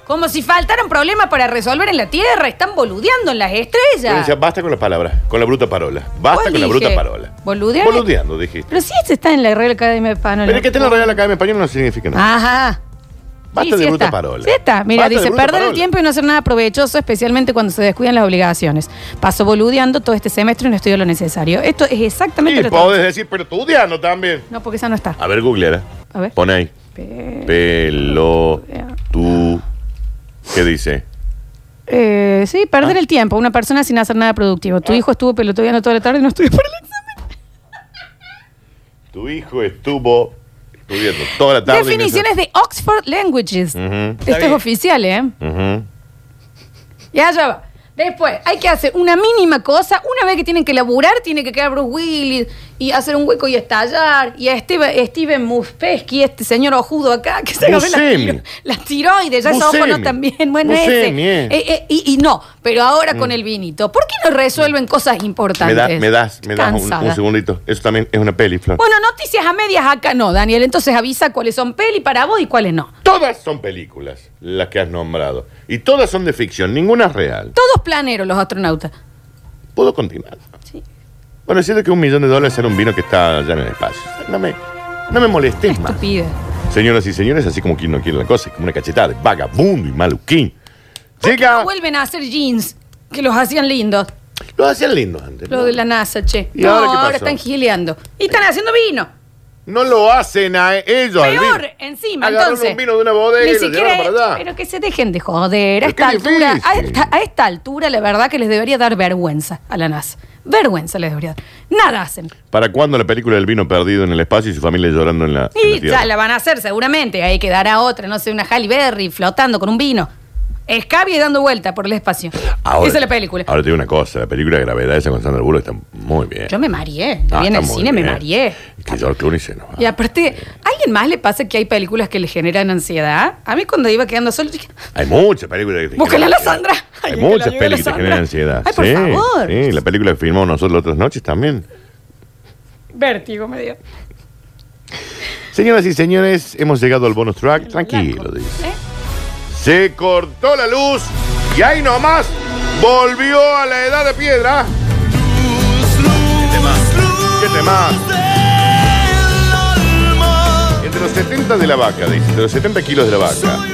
[SPEAKER 1] Como si faltaran problemas para resolver en la Tierra. Están boludeando en las estrellas.
[SPEAKER 2] Florencia, basta con las palabras, con la bruta parola. Basta con
[SPEAKER 1] ¿Cuál
[SPEAKER 2] la bruta
[SPEAKER 1] dije?
[SPEAKER 2] parola.
[SPEAKER 1] ¿Boludear?
[SPEAKER 2] Boludeando, dijiste.
[SPEAKER 1] Pero si este está en la Real Academia de Panola.
[SPEAKER 2] Pero es que te lo regala la Academia Española no significa nada.
[SPEAKER 1] Ajá.
[SPEAKER 2] Basta de bruta
[SPEAKER 1] está.
[SPEAKER 2] parola.
[SPEAKER 1] Ah, Sí está. Mira,
[SPEAKER 2] Basta de
[SPEAKER 1] dice,
[SPEAKER 2] bruta
[SPEAKER 1] perder el
[SPEAKER 2] parola.
[SPEAKER 1] tiempo y no hacer nada provechoso, especialmente cuando se descuidan las obligaciones. Paso boludeando todo este semestre y no estudio lo necesario. Esto es exactamente
[SPEAKER 2] Y
[SPEAKER 1] lo
[SPEAKER 2] podés decir, pero estudiando también.
[SPEAKER 1] No, porque esa no está.
[SPEAKER 2] A ver, googleala.
[SPEAKER 1] A ver.
[SPEAKER 2] Pon ahí. Pelo. Tú. ¿Qué dice?
[SPEAKER 1] Eh, sí, perder
[SPEAKER 2] Ah.
[SPEAKER 1] el tiempo. Una persona sin hacer nada productivo. Tu hijo estuvo pelotudeando toda la tarde y no estudió para el examen.
[SPEAKER 2] Tu hijo estuvo estudiando toda la tarde.
[SPEAKER 1] Definiciones de Oxford Languages.
[SPEAKER 2] Ujú.
[SPEAKER 1] Esto es oficial, ¿eh?
[SPEAKER 2] Ujú.
[SPEAKER 1] Y allá va. Después, hay que hacer una mínima cosa. Una vez que tienen que laburar, tiene que quedar Bruce Willis y hacer un hueco y estallar. Y a Steve, Steven Muspeski, este señor ojudo acá, que se agarró las,
[SPEAKER 2] Buscemi.
[SPEAKER 1] tiro- las tiroides, ya esos ojos no
[SPEAKER 2] Buscemi.
[SPEAKER 1] también. Bueno,
[SPEAKER 2] Buscemi,
[SPEAKER 1] ese.
[SPEAKER 2] eh. Mm.
[SPEAKER 1] Eh, eh, y, y no, pero ahora con el vinito. ¿Por qué no resuelven cosas
[SPEAKER 2] Me,
[SPEAKER 1] importantes?
[SPEAKER 2] da- me das, me das un,
[SPEAKER 1] Cansada.
[SPEAKER 2] un segundito. Eso también es una peli, Flor.
[SPEAKER 1] Bueno, noticias a medias acá no, Daniel. Entonces avisa cuáles son peli para vos y cuáles no.
[SPEAKER 2] Todas son películas las que has nombrado. Y todas son de ficción, ninguna es real.
[SPEAKER 1] Todos planeros los astronautas.
[SPEAKER 2] ¿Puedo continuar?
[SPEAKER 1] Sí.
[SPEAKER 2] Bueno, es cierto que un millón de dólares era un vino que está allá en el espacio. No me, no me molestes más.
[SPEAKER 1] Estupidez.
[SPEAKER 2] Se Señoras y señores, así como quien no quiere la cosa, es como una cachetada de vagabundo y maluquín. Llega.
[SPEAKER 1] Vuelven a hacer jeans que los hacían lindos.
[SPEAKER 2] Lo hacían lindo antes.
[SPEAKER 1] Lo
[SPEAKER 2] ¿no?
[SPEAKER 1] de la NASA, che.
[SPEAKER 2] ¿Y
[SPEAKER 1] no,
[SPEAKER 2] ahora qué pasó?
[SPEAKER 1] están gileando. Y están haciendo vino.
[SPEAKER 2] No lo hacen a ellos. al
[SPEAKER 1] Peor,
[SPEAKER 2] vino.
[SPEAKER 1] encima,
[SPEAKER 2] Agarraron
[SPEAKER 1] entonces.
[SPEAKER 2] un vino de una bodega y
[SPEAKER 1] Ni
[SPEAKER 2] lo llevaron
[SPEAKER 1] siquiera.
[SPEAKER 2] para allá.
[SPEAKER 1] Pero que se dejen de joder.
[SPEAKER 2] Pero
[SPEAKER 1] A esta
[SPEAKER 2] qué
[SPEAKER 1] altura, a
[SPEAKER 2] difícil.
[SPEAKER 1] esta, a esta altura, la verdad que les debería dar vergüenza a la NASA. Vergüenza les debería dar. Nada hacen.
[SPEAKER 2] ¿Para cuándo la película del vino perdido en el espacio y su familia llorando en la, en la
[SPEAKER 1] Y
[SPEAKER 2] tierra?
[SPEAKER 1] ya la van a hacer seguramente. Ahí quedará otra, no sé, una Halle Berry flotando con un vino. Escabia y dando vuelta por el espacio.
[SPEAKER 2] Ahora-
[SPEAKER 1] Esa es la película.
[SPEAKER 2] Ahora te digo una cosa, la película de gravedad esa con Sandra Bullock está muy bien.
[SPEAKER 1] Yo me mareé.
[SPEAKER 2] Ah,
[SPEAKER 1] Vi en
[SPEAKER 2] está
[SPEAKER 1] el
[SPEAKER 2] muy
[SPEAKER 1] cine, me
[SPEAKER 2] bien. Ah,
[SPEAKER 1] mareé.
[SPEAKER 2] Es Que George Clooney se nos va.
[SPEAKER 1] Y aparte, ¿a alguien más le pasa que hay películas que le generan ansiedad? A mí cuando iba quedando solo dije,
[SPEAKER 2] Hay muchas películas que te
[SPEAKER 1] Búscala a la
[SPEAKER 2] generan
[SPEAKER 1] Sandra.
[SPEAKER 2] ansiedad. Hay
[SPEAKER 1] Ay, que
[SPEAKER 2] muchas
[SPEAKER 1] la viva la
[SPEAKER 2] películas que te
[SPEAKER 1] Sandra.
[SPEAKER 2] generan ansiedad.
[SPEAKER 1] Ay, por
[SPEAKER 2] sí,
[SPEAKER 1] favor.
[SPEAKER 2] Sí, la película que filmamos nosotros las otras noches también.
[SPEAKER 1] vértigo me dio. ¿eh?
[SPEAKER 2] Señoras y señores, hemos llegado al bonus track. Tranquilo, dice.
[SPEAKER 1] ¿Eh?
[SPEAKER 2] Se cortó la luz y ahí nomás volvió a la edad de piedra. ¿Qué tema? Entre los 70 de la vaca, dice, entre los 70 kilos de la vaca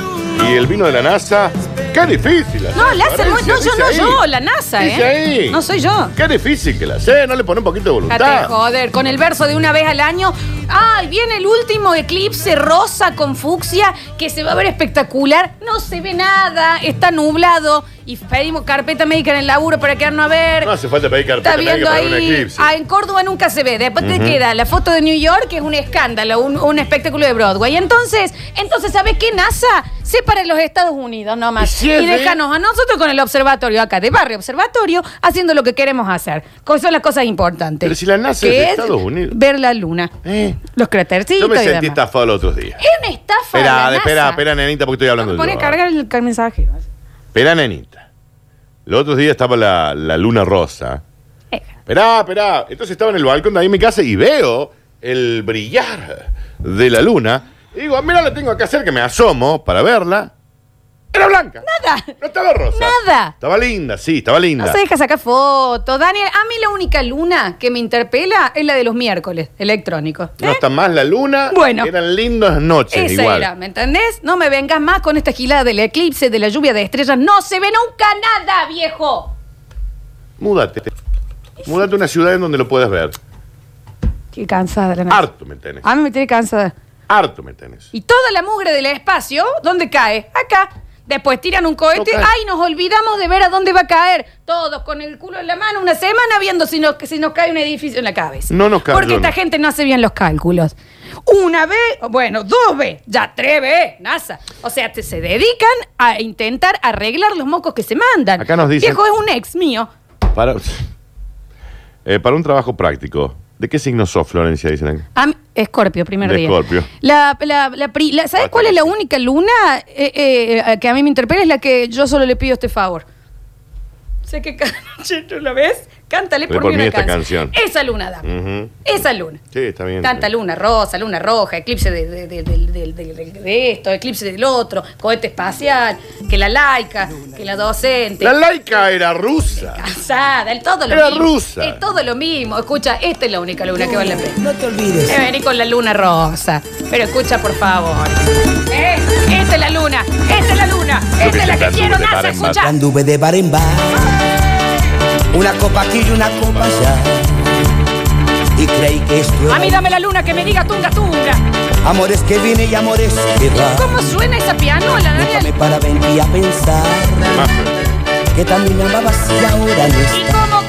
[SPEAKER 2] y el vino de la NASA, qué difícil. hacer
[SPEAKER 1] No, la hacen muy- no,
[SPEAKER 2] diferencia,
[SPEAKER 1] yo no,
[SPEAKER 2] dice
[SPEAKER 1] yo,
[SPEAKER 2] ahí.
[SPEAKER 1] la NASA,
[SPEAKER 2] Dice
[SPEAKER 1] ¿eh?
[SPEAKER 2] ahí.
[SPEAKER 1] No soy yo.
[SPEAKER 2] Qué difícil que la sé, no le pone un poquito de
[SPEAKER 1] Déjate de
[SPEAKER 2] voluntad.
[SPEAKER 1] joder, con el verso de una vez al año. ¡Ay! Viene el último eclipse rosa con fucsia que se va a ver espectacular. No se ve nada, está nublado. Y pedimos carpeta médica en el laburo para quedarnos a ver.
[SPEAKER 2] No hace falta pedir carpeta
[SPEAKER 1] Está
[SPEAKER 2] médica
[SPEAKER 1] viendo
[SPEAKER 2] para un
[SPEAKER 1] ahí.
[SPEAKER 2] eclipse.
[SPEAKER 1] Ah, en Córdoba nunca se ve. Después te queda la foto de New York, que es un escándalo, un, un espectáculo de Broadway. Entonces, entonces, ¿sabes qué, NASA? Separa los Estados Unidos nomás.
[SPEAKER 2] Y si es
[SPEAKER 1] y
[SPEAKER 2] de-
[SPEAKER 1] déjanos a nosotros con el observatorio acá, de barrio observatorio, haciendo lo que queremos hacer. Co- Son las cosas importantes.
[SPEAKER 2] Pero si la NASA
[SPEAKER 1] Que
[SPEAKER 2] es de Estados Unidos.
[SPEAKER 1] Ver la luna.
[SPEAKER 2] Eh.
[SPEAKER 1] Los cratercitos
[SPEAKER 2] Yo me
[SPEAKER 1] y
[SPEAKER 2] sentí
[SPEAKER 1] demás.
[SPEAKER 2] estafado los otros días.
[SPEAKER 1] Es una estafa. de
[SPEAKER 2] Espera,
[SPEAKER 1] la
[SPEAKER 2] espera,
[SPEAKER 1] NASA.
[SPEAKER 2] espera, nenita, porque estoy hablando
[SPEAKER 1] Me
[SPEAKER 2] de
[SPEAKER 1] pone a cargar el, el mensaje.
[SPEAKER 2] Esperá, nenita. Los otros días estaba la, la luna rosa.
[SPEAKER 1] Eh,
[SPEAKER 2] Esperá, esperá. Entonces estaba en el balcón de ahí en mi casa y veo el brillar de la luna. Y digo, mira, la tengo acá cerca, me asomo para verla. Era blanca.
[SPEAKER 1] Nada.
[SPEAKER 2] No estaba rosa.
[SPEAKER 1] Nada.
[SPEAKER 2] Estaba linda, sí, estaba linda.
[SPEAKER 1] No se deja sacar fotos. Daniel, a mí la única luna que me interpela es la de los miércoles, electrónicos.
[SPEAKER 2] No está más la luna.
[SPEAKER 1] Bueno.
[SPEAKER 2] Eran lindas noches
[SPEAKER 1] Esa
[SPEAKER 2] igual.
[SPEAKER 1] era, ¿me entendés? No me vengas más con esta gilada del eclipse, de la lluvia de estrellas. No se ve nunca nada, viejo.
[SPEAKER 2] Múdate. Múdate a una ciudad en donde lo puedas ver.
[SPEAKER 1] Qué cansada la noche.
[SPEAKER 2] Harto me tenés.
[SPEAKER 1] A mí me tiene cansada.
[SPEAKER 2] Harto me tenés.
[SPEAKER 1] Y toda la mugre del espacio, ¿dónde cae? Acá. Después tiran un cohete.
[SPEAKER 2] No cae.
[SPEAKER 1] Ay, nos olvidamos de ver a dónde va a caer. Todos con el culo en la mano una semana viendo si nos, si nos cae un edificio en la cabeza.
[SPEAKER 2] No nos cae,
[SPEAKER 1] Porque
[SPEAKER 2] yo
[SPEAKER 1] esta
[SPEAKER 2] no.
[SPEAKER 1] gente no hace bien los cálculos. Una vez, bueno, dos veces, ya tres veces, NASA. O sea, te- se dedican a intentar arreglar los mocos que se mandan.
[SPEAKER 2] Acá nos dicen-
[SPEAKER 1] Viejo es un ex mío.
[SPEAKER 2] Para, Eh, para un trabajo práctico, ¿de qué signo sos, Florencia? Dicen acá.
[SPEAKER 1] A mí- Escorpio, Ah, primer
[SPEAKER 2] De
[SPEAKER 1] día.
[SPEAKER 2] Escorpio.
[SPEAKER 1] La, la, la pri- la- ¿Sabes
[SPEAKER 2] Ah,
[SPEAKER 1] cuál es la
[SPEAKER 2] sí.
[SPEAKER 1] única luna eh, eh, que a mí me interpela? Es la que yo solo le pido este favor. Sé que ca- che, ¿no la ves? Cántale por,
[SPEAKER 2] Por
[SPEAKER 1] mí
[SPEAKER 2] mí
[SPEAKER 1] una
[SPEAKER 2] esta
[SPEAKER 1] canción.
[SPEAKER 2] canción.
[SPEAKER 1] Esa luna, dame.
[SPEAKER 2] Ujú.
[SPEAKER 1] Esa luna.
[SPEAKER 2] Sí, está bien.
[SPEAKER 1] Tanta luna rosa, luna roja, eclipse de, de- de- del- del- del- del- de esto, eclipse del otro, cohete espacial, que la laica, que la docente.
[SPEAKER 2] La laica era rusa.
[SPEAKER 1] Casada, el todo lo
[SPEAKER 2] Era
[SPEAKER 1] mismo.
[SPEAKER 2] rusa.
[SPEAKER 1] Es todo lo mismo. Escucha, esta es la única luna que vale la pena.
[SPEAKER 5] No te olvides.
[SPEAKER 1] Eh, vení con la luna rosa. Pero escucha, por favor. Eh, Esta es la luna, esta es la luna, esta es la que
[SPEAKER 2] Yo que
[SPEAKER 1] quiero,
[SPEAKER 2] te
[SPEAKER 1] NASA,
[SPEAKER 2] paren,
[SPEAKER 1] escucha.
[SPEAKER 5] Anduve de bar en bar. Una copa aquí y una copa allá. Y creí que esto
[SPEAKER 1] A
[SPEAKER 5] era
[SPEAKER 1] mí dame la luna que me diga tunga, tunga.
[SPEAKER 5] amores que viene y amores que va.
[SPEAKER 1] ¿Cómo suena esa pianola,
[SPEAKER 5] Nunca me
[SPEAKER 1] Daniel?
[SPEAKER 5] paraba en ti a pensar
[SPEAKER 2] Más-
[SPEAKER 5] que también me amabas y ahora no
[SPEAKER 1] ¿Y
[SPEAKER 5] estás.
[SPEAKER 1] cómo, cómo,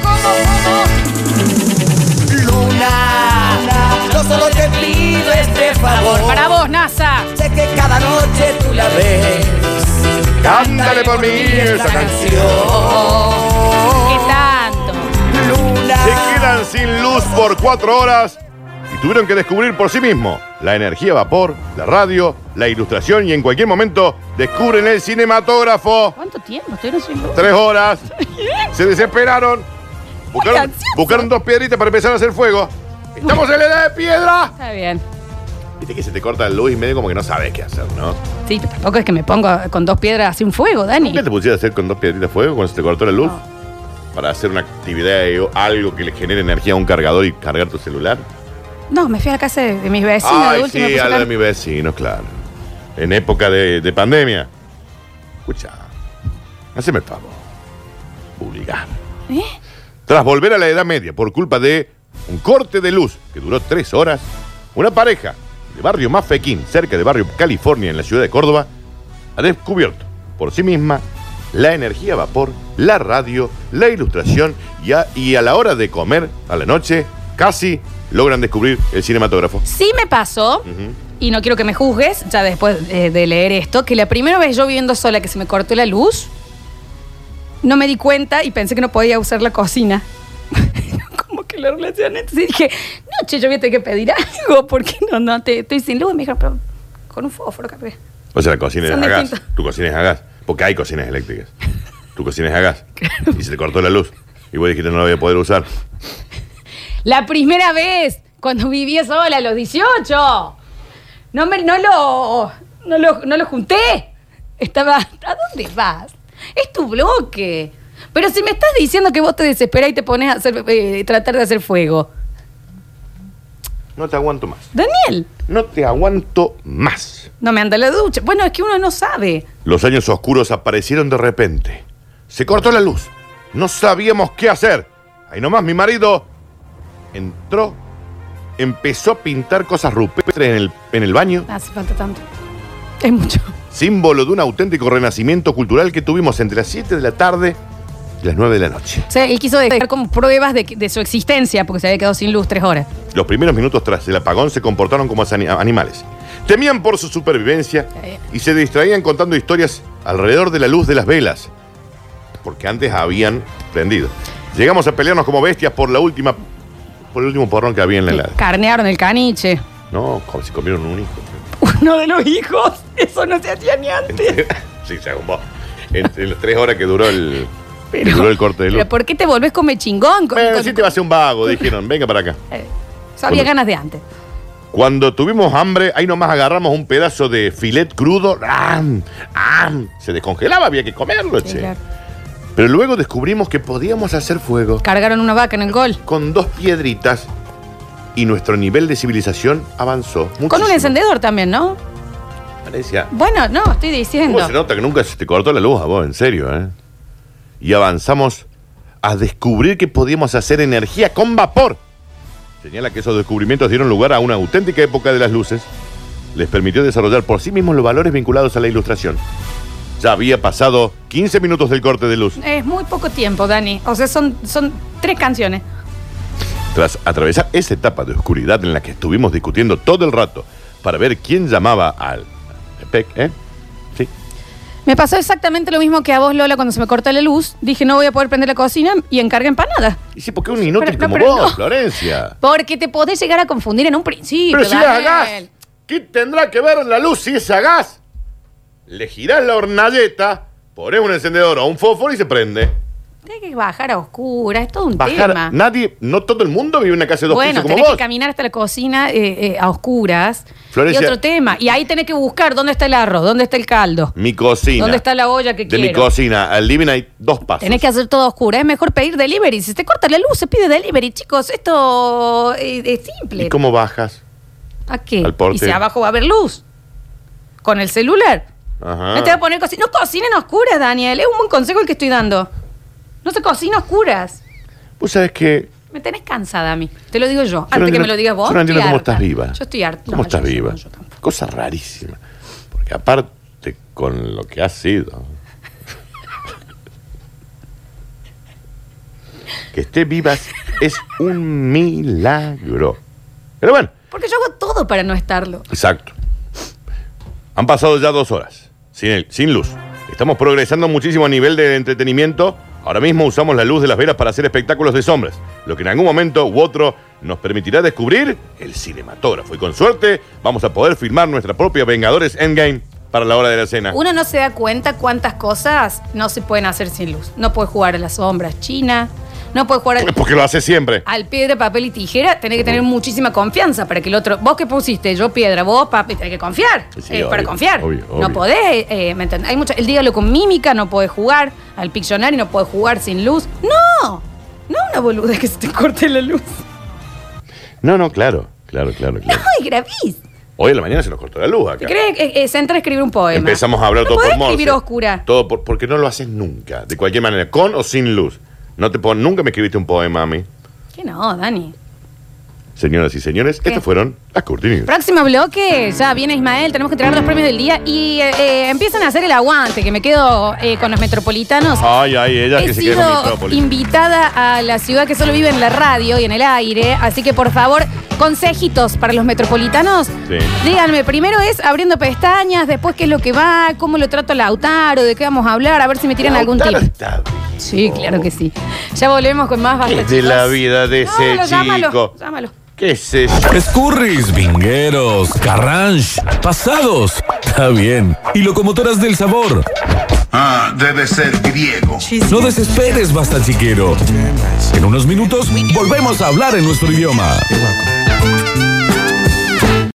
[SPEAKER 1] cómo?
[SPEAKER 5] Luna, yo solo te pido este favor.
[SPEAKER 1] Para vos, NASA.
[SPEAKER 5] Sé que cada noche tú la ves.
[SPEAKER 2] Cántale por mí esa canción.
[SPEAKER 1] ¿Qué tanto?
[SPEAKER 5] Luna.
[SPEAKER 2] Se quedan sin luz por cuatro horas y tuvieron que descubrir por sí mismos la energía a vapor, la radio, la ilustración y en cualquier momento descubren el cinematógrafo.
[SPEAKER 1] ¿Cuánto tiempo? Estoy no sin luz.
[SPEAKER 2] Tres horas. Se desesperaron. Buscaron, buscaron dos piedritas para empezar a hacer fuego. Estamos en la edad de piedra.
[SPEAKER 1] Está bien.
[SPEAKER 2] Viste que se te corta la luz y medio como que no sabes qué hacer, ¿no?
[SPEAKER 1] Sí, tampoco es que me pongo con dos piedras así un fuego, Dani.
[SPEAKER 2] ¿Qué te pusieras a hacer con dos piedritas de fuego cuando se te cortó la luz? eh, Para hacer una actividad o algo que le genere energía a un cargador y cargar tu celular.
[SPEAKER 1] No, me fui a la casa de, de mis vecinos. de pues,
[SPEAKER 2] Ay,
[SPEAKER 1] última, me
[SPEAKER 2] sí,
[SPEAKER 1] puse
[SPEAKER 2] a
[SPEAKER 1] a
[SPEAKER 2] la de
[SPEAKER 1] ver.
[SPEAKER 2] mis vecinos, claro. En época de, de pandemia. Escucha, haceme el favor. Publicar.
[SPEAKER 1] ¿Eh?
[SPEAKER 2] Tras volver a la Edad Media por culpa de un corte de luz que duró tres horas, una pareja de barrio Mafequín, cerca de barrio California, en la ciudad de Córdoba, ha descubierto por sí misma la energía a vapor, la radio, la ilustración y a, y a la hora de comer, a la noche, casi logran descubrir el cinematógrafo.
[SPEAKER 1] Sí me pasó, y no quiero que me juzgues, ya después eh, de leer esto, que la primera vez yo viviendo sola que se me cortó la luz, no me di cuenta y pensé que no podía usar la cocina. Como que la relación. Entonces dije, no, che, yo voy a tener que pedir algo, porque no, no, te- estoy sin luz. Y me dijeron, pero con un fósforo, capaz.
[SPEAKER 2] O sea, la cocina es
[SPEAKER 1] Son
[SPEAKER 2] a gas.
[SPEAKER 1] distintos.
[SPEAKER 2] Tu cocina es a gas. Porque hay cocinas eléctricas. Tu cocina es a gas. Y se te cortó la luz. Y vos dijiste no la voy a poder usar.
[SPEAKER 1] La primera vez, cuando vivía sola, a los 18. No, me, no, lo, no, lo, no lo junté. Estaba, ¿a dónde vas? Es tu bloque. Pero si me estás diciendo que vos te desesperás y te pones a hacer, eh, tratar de hacer fuego.
[SPEAKER 2] No te aguanto más.
[SPEAKER 1] Daniel,
[SPEAKER 2] No te aguanto más.
[SPEAKER 1] no me anda la ducha. Bueno, es que uno no sabe.
[SPEAKER 2] Los años oscuros aparecieron de repente. Se cortó la luz. No sabíamos qué hacer. Ahí nomás mi marido entró, empezó a pintar cosas rupestres en el, en el baño,
[SPEAKER 1] No Ah, hace falta tanto. Es mucho.
[SPEAKER 2] símbolo de un auténtico renacimiento cultural que tuvimos entre las 7 de la tarde y las 9 de la noche.
[SPEAKER 1] O sea, él quiso dejar como pruebas de, que- de su existencia porque se había quedado sin luz tres horas.
[SPEAKER 2] Los primeros minutos tras el apagón se comportaron como asani- animales. Temían por su supervivencia
[SPEAKER 1] Eh.
[SPEAKER 2] y se distraían contando historias alrededor de la luz de las velas, porque antes habían prendido. Llegamos a pelearnos como bestias por la última, por el último porrón que había en la helada.
[SPEAKER 1] Carnearon el caniche.
[SPEAKER 2] No, como si comieron un hijo.
[SPEAKER 1] Uno de los hijos. Eso no se hacía ni antes.
[SPEAKER 2] sí, según vos. En, en las tres horas que duró el, que
[SPEAKER 1] Pero-
[SPEAKER 2] duró el corte de luz.
[SPEAKER 1] ¿Pero por qué te volvés come chingón? Con-
[SPEAKER 2] Bueno,
[SPEAKER 1] con-
[SPEAKER 2] sí te va a hacer un vago, dijeron. Venga para acá.
[SPEAKER 1] eh, yo había
[SPEAKER 2] Bueno.
[SPEAKER 1] ganas de antes.
[SPEAKER 2] Cuando tuvimos hambre, ahí nomás agarramos un pedazo de filet crudo. ¡Am! ¡Am! Se descongelaba, había que comerlo, che.
[SPEAKER 1] claro.
[SPEAKER 2] Pero luego descubrimos que podíamos hacer fuego
[SPEAKER 1] Cargaron una vaca en el gol.
[SPEAKER 2] con dos piedritas y nuestro nivel de civilización avanzó.
[SPEAKER 1] Con
[SPEAKER 2] muchísimo.
[SPEAKER 1] un encendedor también, ¿no?
[SPEAKER 2] Parecía-
[SPEAKER 1] Bueno, no, estoy
[SPEAKER 2] ¿Cómo se
[SPEAKER 1] diciendo.
[SPEAKER 2] nota que nunca se te cortó la luz a vos, en serio, eh? Y avanzamos a descubrir que podíamos hacer energía con vapor. Señala que esos descubrimientos dieron lugar a una auténtica época de las luces. Les permitió desarrollar por sí mismos los valores vinculados a la ilustración. Ya había pasado 15 minutos del corte de luz.
[SPEAKER 1] Es muy poco tiempo, Dani. O sea, son, son tres canciones.
[SPEAKER 2] Tras atravesar esa etapa de oscuridad en la que estuvimos discutiendo todo el rato para ver quién llamaba al PEC, ¿eh? Sí.
[SPEAKER 1] Me pasó exactamente lo mismo que a vos, Lola, cuando se me cortó la luz. Dije, no voy a poder prender la cocina y encargué empanadas.
[SPEAKER 2] Y sí, porque un inútil
[SPEAKER 1] Pero-
[SPEAKER 2] como
[SPEAKER 1] no, pero
[SPEAKER 2] vos,
[SPEAKER 1] no.
[SPEAKER 2] Florencia.
[SPEAKER 1] Porque te podés llegar a confundir en un principio.
[SPEAKER 2] Pero si es a gas,
[SPEAKER 1] Daniel.
[SPEAKER 2] ¿qué tendrá que ver la luz si es a gas? Le girás la hornalleta, pones un encendedor o un fósforo y se prende.
[SPEAKER 1] Tenés que bajar a oscuras, es todo un
[SPEAKER 2] Bajar.
[SPEAKER 1] tema.
[SPEAKER 2] Nadie, no todo el mundo vive en una casa de dos
[SPEAKER 1] Bueno,
[SPEAKER 2] pisos como
[SPEAKER 1] tenés que
[SPEAKER 2] vos.
[SPEAKER 1] caminar hasta la cocina eh, eh, a oscuras.
[SPEAKER 2] Florencia.
[SPEAKER 1] Y otro tema. Y ahí tenés que buscar dónde está el arroz, dónde está el caldo.
[SPEAKER 2] Mi cocina.
[SPEAKER 1] ¿Dónde está la olla que
[SPEAKER 2] De mi
[SPEAKER 1] quiero?
[SPEAKER 2] cocina al living hay dos pasos.
[SPEAKER 1] Tenés que hacer todo a oscura. Es mejor pedir delivery. Si te corta la luz, se pide delivery, chicos. Esto eh, es simple.
[SPEAKER 2] ¿Y cómo bajas?
[SPEAKER 1] ¿A qué?
[SPEAKER 2] al porte.
[SPEAKER 1] Y si abajo va a haber luz. Con el celular.
[SPEAKER 2] Ajá.
[SPEAKER 1] No te va a poner cocina. No cocinen a oscuras, Daniel. Es un buen consejo el que estoy dando. No se cocina a oscuras.
[SPEAKER 2] Vos sabés que
[SPEAKER 1] Me tenés cansada a mí. Te lo digo yo.
[SPEAKER 2] Yo no
[SPEAKER 1] Antes que me
[SPEAKER 2] entiendo-
[SPEAKER 1] lo digas vos.
[SPEAKER 2] Yo no
[SPEAKER 1] estoy
[SPEAKER 2] entiendo cómo
[SPEAKER 1] harta.
[SPEAKER 2] estás viva.
[SPEAKER 1] Yo estoy harta.
[SPEAKER 2] ¿Cómo
[SPEAKER 1] No,
[SPEAKER 2] estás
[SPEAKER 1] yo-
[SPEAKER 2] viva?
[SPEAKER 1] no, yo tampoco.
[SPEAKER 2] Cosa rarísima. Porque aparte, con lo que has sido. que esté vivas es un milagro. Pero bueno,
[SPEAKER 1] Porque yo hago todo para no estarlo.
[SPEAKER 2] exacto. Han pasado ya dos horas. Sin, el- sin luz. Estamos progresando muchísimo a nivel de entretenimiento. Ahora mismo usamos la luz de las velas para hacer espectáculos de sombras, lo que en algún momento u otro nos permitirá descubrir el cinematógrafo. Y con suerte vamos a poder filmar nuestra propia Vengadores Endgame para la hora de la cena.
[SPEAKER 1] Uno no se da cuenta cuántas cosas no se pueden hacer sin luz. No puedes jugar a las sombras chinas, no puedes jugar al,
[SPEAKER 2] Porque lo hace siempre.
[SPEAKER 1] al piedra, papel y tijera. Tenés que tener muchísima confianza para que el otro. Vos que pusiste, yo piedra, vos papel, tenés que confiar.
[SPEAKER 2] Sí,
[SPEAKER 1] eh,
[SPEAKER 2] obvio,
[SPEAKER 1] para confiar.
[SPEAKER 2] obvio, obvio.
[SPEAKER 1] No podés, eh, ¿me entendés? Hay mucho, el dígalo con mímica, no podés jugar. Al Pictionary no podés jugar sin luz. ¡No! No una boluda que se te corte la luz.
[SPEAKER 2] No, no, claro. Claro, claro,
[SPEAKER 1] No,
[SPEAKER 2] claro.
[SPEAKER 1] es gravísimo.
[SPEAKER 2] Hoy en la mañana se nos cortó la luz acá.
[SPEAKER 1] ¿Te crees? Eh, eh, se entra a escribir un poema.
[SPEAKER 2] Empezamos a hablar
[SPEAKER 1] no
[SPEAKER 2] todo
[SPEAKER 1] podés
[SPEAKER 2] por Morse.
[SPEAKER 1] escribir oscura.
[SPEAKER 2] Todo por- porque no lo haces nunca, de cualquier manera, con o sin luz. No te pon- nunca me escribiste un poema a mí.
[SPEAKER 1] Que no, Dani.
[SPEAKER 2] Señoras y señores, estas fueron las cortinas.
[SPEAKER 1] Próximo bloque, ya viene Ismael, tenemos que entregar los premios del día y eh, eh, empiezan a hacer el aguante, que me quedo eh, con los metropolitanos.
[SPEAKER 2] Ay, ay, ella Ah, que
[SPEAKER 1] He
[SPEAKER 2] se quedó con
[SPEAKER 1] sido
[SPEAKER 2] Metrópolis.
[SPEAKER 1] invitada a la ciudad que solo vive en la radio y en el aire, así que por favor, consejitos para los metropolitanos.
[SPEAKER 2] Sí.
[SPEAKER 1] Díganme, primero es abriendo pestañas, después qué es lo que va, cómo lo trato Lautaro, de qué vamos a hablar, a ver si me tiran algún
[SPEAKER 2] Lautaro
[SPEAKER 1] tip.
[SPEAKER 2] está bien.
[SPEAKER 1] Sí, claro que sí. Ya volvemos con más Basta,
[SPEAKER 2] Es de
[SPEAKER 1] chicos.
[SPEAKER 2] la vida de ese
[SPEAKER 1] No, llámalo,
[SPEAKER 2] chico.
[SPEAKER 1] llámalo.
[SPEAKER 2] ¿Qué es eso?
[SPEAKER 3] Escurris, vingueros, carranche, pasados. Está bien. Y locomotoras del sabor.
[SPEAKER 6] Ah, debe ser griego.
[SPEAKER 3] No desesperes, basta chiquero. En unos minutos volvemos a hablar en nuestro idioma.